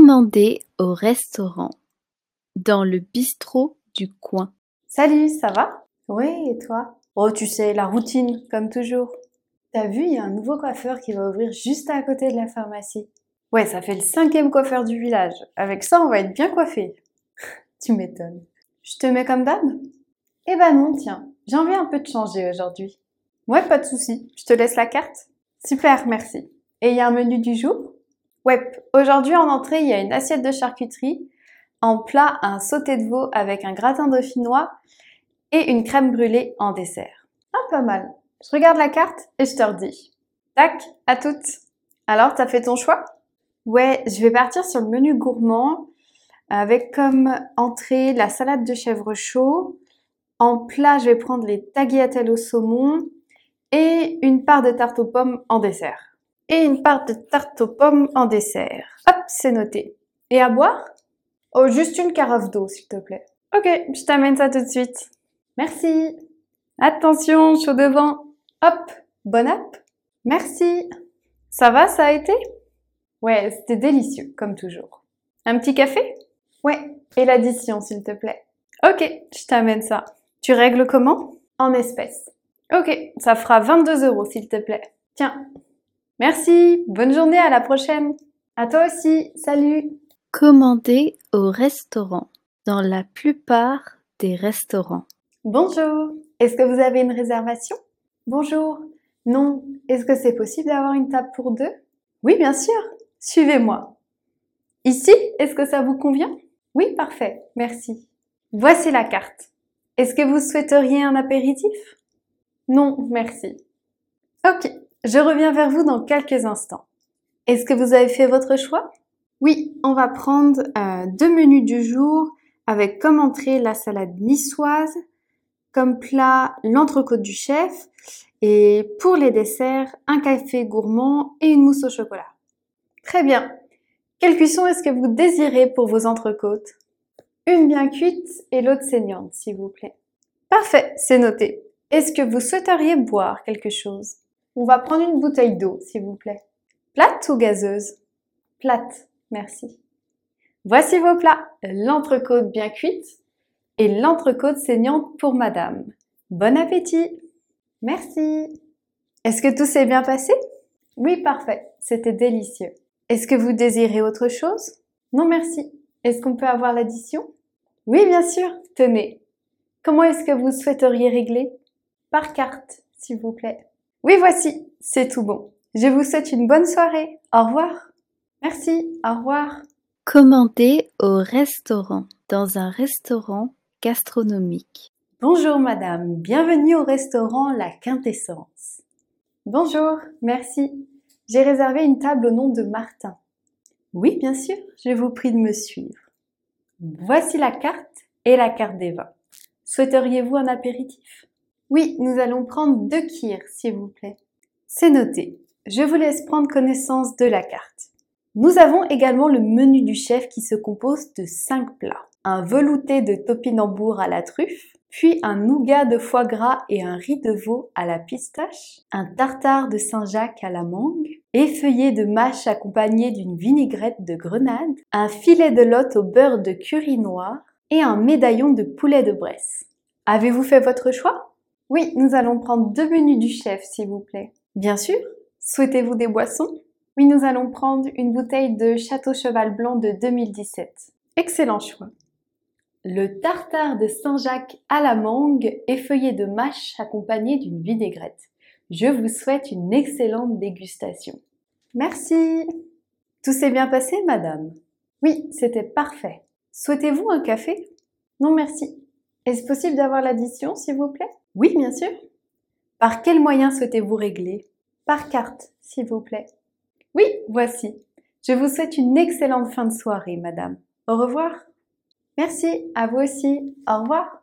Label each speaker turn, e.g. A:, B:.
A: Commander au restaurant, dans le bistrot du coin.
B: Salut, ça va Oui, et toi Oh, tu sais, la routine, comme toujours. T'as vu, il y a un nouveau coiffeur qui va ouvrir juste à côté de la pharmacie. Ouais, ça fait le cinquième coiffeur du village. Avec ça, on va être bien coiffé. tu m'étonnes. Je te mets comme d'hab Eh ben non, tiens, j'ai envie un peu de changer aujourd'hui. Ouais, pas de souci. Je te laisse la carte Super, merci. Et il y a un menu du jour Ouais, aujourd'hui en entrée, il y a une assiette de charcuterie, en plat un sauté de veau avec un gratin dauphinois et une crème brûlée en dessert. Ah, pas mal. Je regarde la carte et je te redis. Tac, à toutes. Alors, t'as fait ton choix Ouais, je vais partir sur le menu gourmand avec comme entrée la salade de chèvre chaud. En plat, je vais prendre les tagliatelles au saumon et une part de tarte aux pommes en dessert. Et une part de tarte aux pommes en dessert. Hop, c'est noté. Et à boire Oh, juste une carafe d'eau, s'il te plaît. Ok, je t'amène ça tout de suite. Merci. Attention, chaud devant. Hop, bon app. Merci. Ça va, ça a été Ouais, c'était délicieux, comme toujours. Un petit café Ouais, et l'addition, s'il te plaît. Ok, je t'amène ça. Tu règles comment En espèces. Ok, ça fera 22 euros, s'il te plaît. Tiens. Merci, bonne journée, à la prochaine. À toi aussi, salut.
A: Commander au restaurant, dans la plupart des restaurants.
B: Bonjour, est-ce que vous avez une réservation Bonjour, non, est-ce que c'est possible d'avoir une table pour deux Oui, bien sûr, suivez-moi. Ici, est-ce que ça vous convient Oui, parfait, merci. Voici la carte. Est-ce que vous souhaiteriez un apéritif Non, merci. Ok, je reviens vers vous dans quelques instants. Est-ce que vous avez fait votre choix Oui, on va prendre euh, deux menus du jour avec comme entrée la salade niçoise, comme plat l'entrecôte du chef et pour les desserts un café gourmand et une mousse au chocolat. Très bien. Quelle cuisson est-ce que vous désirez pour vos entrecôtes Une bien cuite et l'autre saignante, s'il vous plaît. Parfait, c'est noté. Est-ce que vous souhaiteriez boire quelque chose On va prendre une bouteille d'eau, s'il vous plaît. Plate ou gazeuse Plate, merci. Voici vos plats. L'entrecôte bien cuite et l'entrecôte saignante pour madame. Bon appétit Merci Est-ce que tout s'est bien passé Oui, parfait. C'était délicieux. Est-ce que vous désirez autre chose Non, merci. Est-ce qu'on peut avoir l'addition Oui, bien sûr. Tenez. Comment est-ce que vous souhaiteriez régler Par carte, s'il vous plaît. Oui, voici. C'est tout bon. Je vous souhaite une bonne soirée. Au revoir. Merci. Au revoir.
A: Commander au restaurant, dans un restaurant gastronomique.
B: Bonjour madame, bienvenue au restaurant La Quintessence. Bonjour, merci. J'ai réservé une table au nom de Martin. Oui, bien sûr, je vous prie de me suivre. Voici la carte et la carte des vins. Souhaiteriez-vous un apéritif Oui, nous allons prendre deux kirs, s'il vous plaît. C'est noté. Je vous laisse prendre connaissance de la carte. Nous avons également le menu du chef qui se compose de 5 plats. Un velouté de topinambour à la truffe, puis un nougat de foie gras et un riz de veau à la pistache, un tartare de Saint-Jacques à la mangue, effeuillé de mâche accompagné d'une vinaigrette de grenade, un filet de lotte au beurre de curry noir et un médaillon de poulet de Bresse. Avez-vous fait votre choix Oui, nous allons prendre deux menus du chef, s'il vous plaît. Bien sûr. Souhaitez-vous des boissons Oui, nous allons prendre une bouteille de Château Cheval Blanc de 2017. Excellent choix. Le tartare de Saint-Jacques à la mangue, effeuillé de mâche accompagné d'une vinaigrette. Je vous souhaite une excellente dégustation. Merci. Tout s'est bien passé, madame Oui, c'était parfait. Souhaitez-vous un café Non, merci. Est-ce possible d'avoir l'addition, s'il vous plaît Oui, bien sûr. Par quel moyen souhaitez-vous régler Par carte, s'il vous plaît. Oui, voici. Je vous souhaite une excellente fin de soirée, madame. Au revoir. Merci, à vous aussi. Au revoir.